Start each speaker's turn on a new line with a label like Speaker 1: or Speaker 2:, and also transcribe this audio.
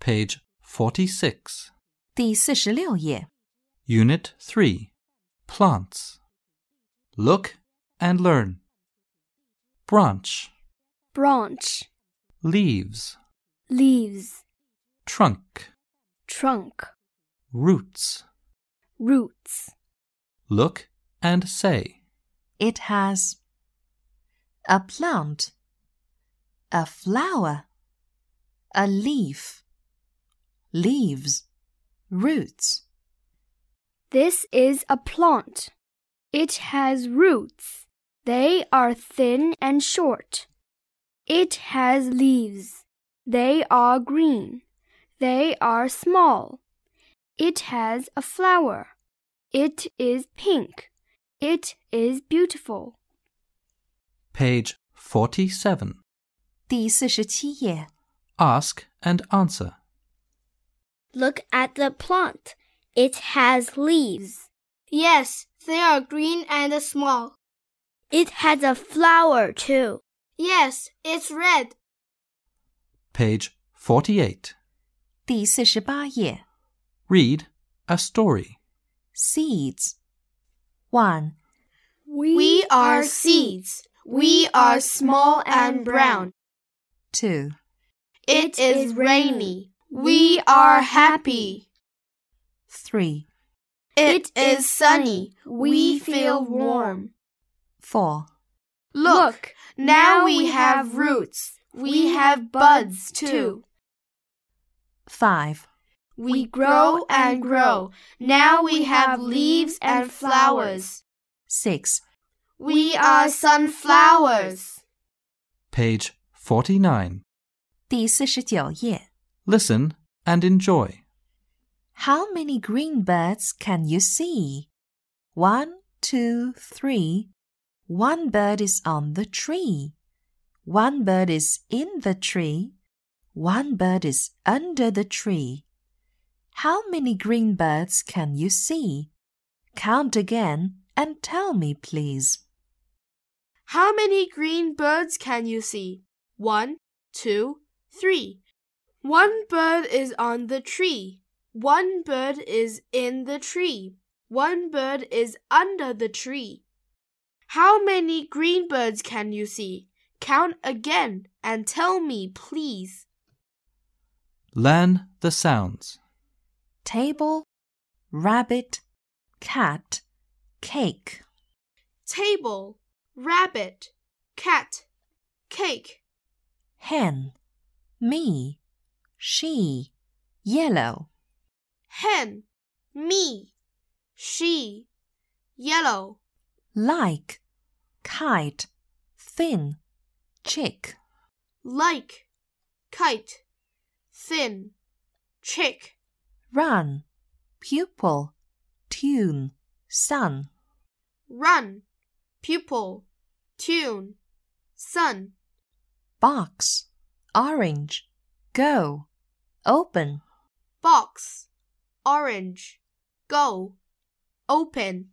Speaker 1: page 46,
Speaker 2: 第四十六页，
Speaker 1: Unit 3 Plants. Look and learn. Branch,
Speaker 3: branch,
Speaker 1: leaves,
Speaker 3: leaves,
Speaker 1: trunk,
Speaker 3: trunk,
Speaker 1: roots.
Speaker 3: roots.
Speaker 1: Look and say.
Speaker 2: it has a plant, a flower, a leaf, leaves, roots.
Speaker 3: This is a plant. It has roots. They are thin and short. It has leaves. They are green. They are small. It has a flower. It is pink. It is beautiful.
Speaker 1: Page 47.
Speaker 2: 第四十七页，
Speaker 1: Ask and answer.
Speaker 3: Look at the plant. It has leaves. Yes, they are green and small. It has a flower too. Yes, it's red.
Speaker 1: Page 48.
Speaker 2: 第四十八页
Speaker 1: Read a story.
Speaker 2: ，seeds. One,
Speaker 3: We, are seeds. We are small and brown.
Speaker 2: two,
Speaker 3: It is rainy. We are happy.
Speaker 2: three,
Speaker 3: It is sunny. We feel warm.
Speaker 2: four,
Speaker 3: Look, now we have roots. We have buds too.
Speaker 2: five,
Speaker 3: We grow and grow. Now we have leaves and flowers.
Speaker 2: six,
Speaker 3: We are sunflowers.
Speaker 1: Page 49.
Speaker 2: 第四十九页。
Speaker 1: Listen and enjoy.
Speaker 2: How many green birds can you see? One, two, three. One bird is on the tree. One bird is in the tree. One bird is under the tree. How many green birds can you see? Count again and tell me, please.
Speaker 3: How many green birds can you see? One, two, three. One bird is on the tree. One bird is in the tree. One bird is under the tree. How many green birds can you see? Count again and tell me, please.
Speaker 1: Learn the sounds.
Speaker 2: Table, rabbit, cat, cake.
Speaker 3: Table, rabbit, cat, cake,
Speaker 2: hen, me, she, yellow,
Speaker 3: hen, me, she, yellow.
Speaker 2: like, kite, thin, chick,
Speaker 3: like, kite, thin, chick,
Speaker 2: run, pupil, tune, sun,
Speaker 3: run, pupil, tune, sun,
Speaker 2: box, orange, go, open,
Speaker 3: box, orange, go, open.